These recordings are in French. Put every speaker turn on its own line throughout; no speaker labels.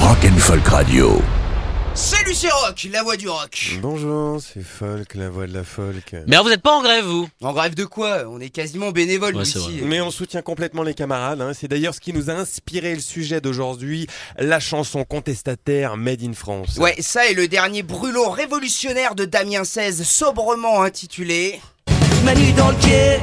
Rock'n'Folk Radio.
Salut c'est Rock, la voix du rock
Bonjour, c'est Folk, la voix de la folk.
Mais alors, vous n'êtes pas en grève, vous
En grève de quoi On est quasiment bénévole
Ouais, c'est
ici.
Mais on soutient complètement les camarades, hein. c'est d'ailleurs ce qui nous a inspiré le sujet d'aujourd'hui, la chanson contestataire Made in France.
Ouais, ça est le dernier brûlot révolutionnaire de Damien XVI, sobrement intitulé...
Manu dans le quai,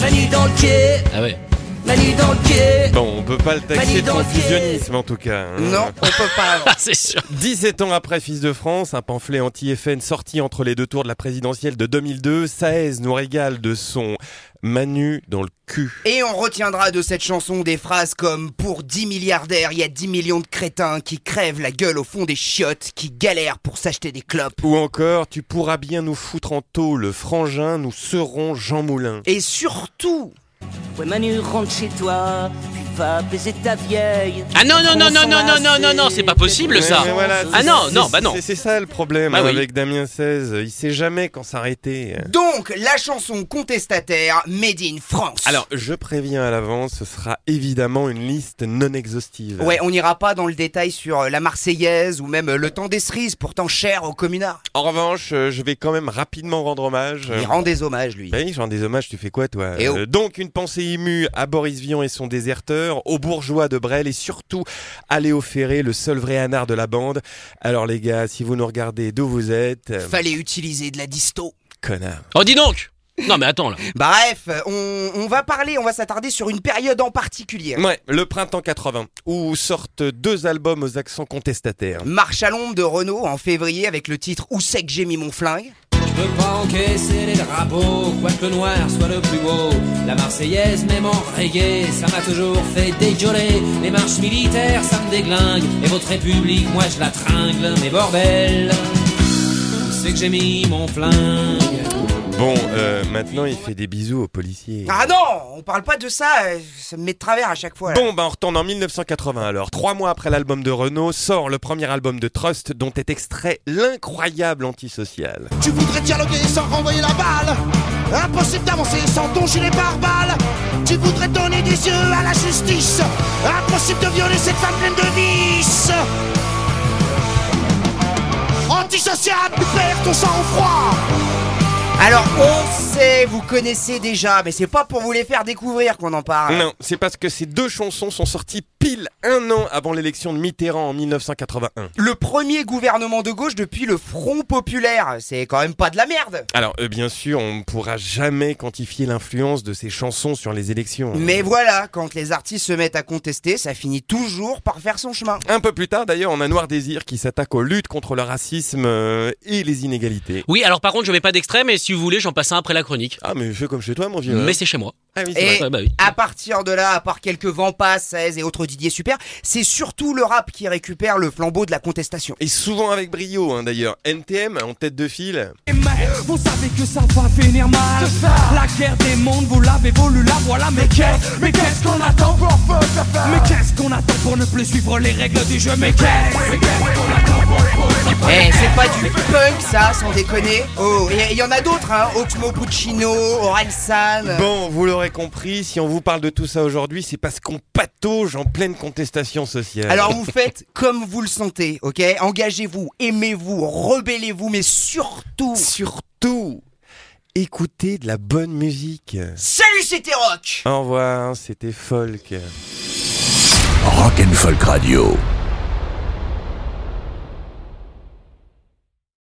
Manu dans le quai,
Ah ouais.
Manu dans le quai.
Bon, on peut pas le taxer de
Validant-
confusionnisme en tout cas.
Mm.
hein.
Non, on peut pas...
Ah, c'est sûr.
17 ans après Fils de France, un pamphlet anti-FN sorti entre les deux tours de la présidentielle de 2002, Saez nous régale de son Manu dans le cul.
Et on retiendra de cette chanson des phrases comme Pour 10 milliardaires, il y a 10 millions de crétins qui crèvent la gueule au fond des chiottes, qui galèrent pour s'acheter des clopes.
Ou encore, tu pourras bien nous foutre en taux le frangin, nous serons Jean Moulin.
Et surtout,
Ouais, Manu, rentre chez toi, puis va baiser ta vieille.
Ah non, non, non, non, non, non, non, non, non, c'est pas possible,
Ouais,
ça.
mais voilà,
Ah
c'est-
non,
c'est-
non,
c'est-
bah non.
c'est- C'est ça le problème
Bah
hein,
oui.
avec Damien XVI. Il sait jamais quand s'arrêter.
donc, la chanson contestataire Made in France.
Alors, je préviens à l'avance, ce sera évidemment une liste non exhaustive.
Ouais, on n'ira pas dans le détail sur euh, la Marseillaise ou même euh, le temps des cerises, pourtant cher au communards.
En revanche, euh, je vais quand même rapidement rendre hommage. euh,
Il rend des hommages, lui.
Bah oui, genre des hommages, tu fais quoi toi
Eh oh.
Euh, Donc une pensée émue à Boris Vian et son déserteur, aux bourgeois de Brel et surtout à Léo Ferré, le seul vrai anard de la bande. Alors les gars, si vous nous regardez d'où vous êtes, euh,
Fallait utiliser de la disto.
connard.
Oh, dis donc Non, mais attends, là.
Bref, on, on va parler, on va s'attarder sur une période en particulier.
Ouais, le printemps 80, où sortent deux albums aux accents contestataires.
Marche à l'ombre de Renault en février avec le titre Où c'est que j'ai mis mon flingue
Je peux pas encaisser les drapeaux, quoique le noir soit le plus beau. La Marseillaise, même en reggae, ça m'a toujours fait déjoler. Les marches militaires, ça me déglingue. Et votre république, moi je la tringle, mais bordel. où C'est que j'ai mis mon flingue.
Bon, euh, maintenant il fait des bisous aux policiers.
Ah non, on parle pas de ça, euh, ça me met de travers à chaque fois. là.
Bon, bah on retourne en 1980 alors. Trois mois après l'album de Renault, sort le premier album de Trust dont est extrait l'incroyable antisocial.
Tu voudrais dialoguer sans renvoyer la balle Impossible d'avancer sans ton gilet pare-balles Tu voudrais donner des yeux à la justice Impossible de violer cette femme pleine de vices Antisocial, tu perds ton sang-froid
Alors on sait, vous connaissez déjà, mais c'est pas pour vous les faire découvrir qu'on en parle.
Non, c'est parce que ces deux chansons sont sorties pile un an avant l'élection de Mitterrand en 1981.
Le premier gouvernement de gauche depuis le Front Populaire, c'est quand même pas de la merde.
Alors, euh, bien sûr, on ne pourra jamais quantifier l'influence de ces chansons sur les élections.
Mais voilà, quand les artistes se mettent à contester, ça finit toujours par faire son chemin.
Un peu plus tard, d'ailleurs, on a Noir Désir qui s'attaque aux luttes contre le racisme euh, et les inégalités.
Oui, alors par contre, je mets pas d'extrait, mais si vous voulez, j'en passe un après la chronique.
Ah, mais fais comme chez toi, mon vieux.
Mais c'est chez moi.
Ah oui, c'est
Et
vrai.
Ouais, bah oui.
à partir de là, à part quelques vents passent, 16 et autres Didier Super, c'est surtout le rap qui récupère le flambeau de la contestation.
Et souvent avec brio, hein, d'ailleurs. NTM, en tête de file.
Mais vous savez que ça va finir mal. La guerre des mondes, vous l'avez voulu, la voilà. Mais qu'est-ce, mais qu'est-ce qu'on attend pour Mais qu'est-ce qu'on attend pour ne plus suivre les règles du jeu Mais qu'est-ce, mais qu'est-ce qu'on attend
Eh, c'est pas du punk ça, sans déconner. Oh, et il y en a d'autres, hein. Oxmo Puccino, Orelsan.
Bon, vous l'aurez compris, si on vous parle de tout ça aujourd'hui, c'est parce qu'on patauge en pleine contestation sociale.
Alors vous faites comme vous le sentez, ok Engagez-vous, aimez-vous, rebellez-vous, mais surtout...
surtout, écoutez de la bonne musique.
Salut, c'était Rock
Au revoir, c'était Folk.
Rock'n'Folk Radio.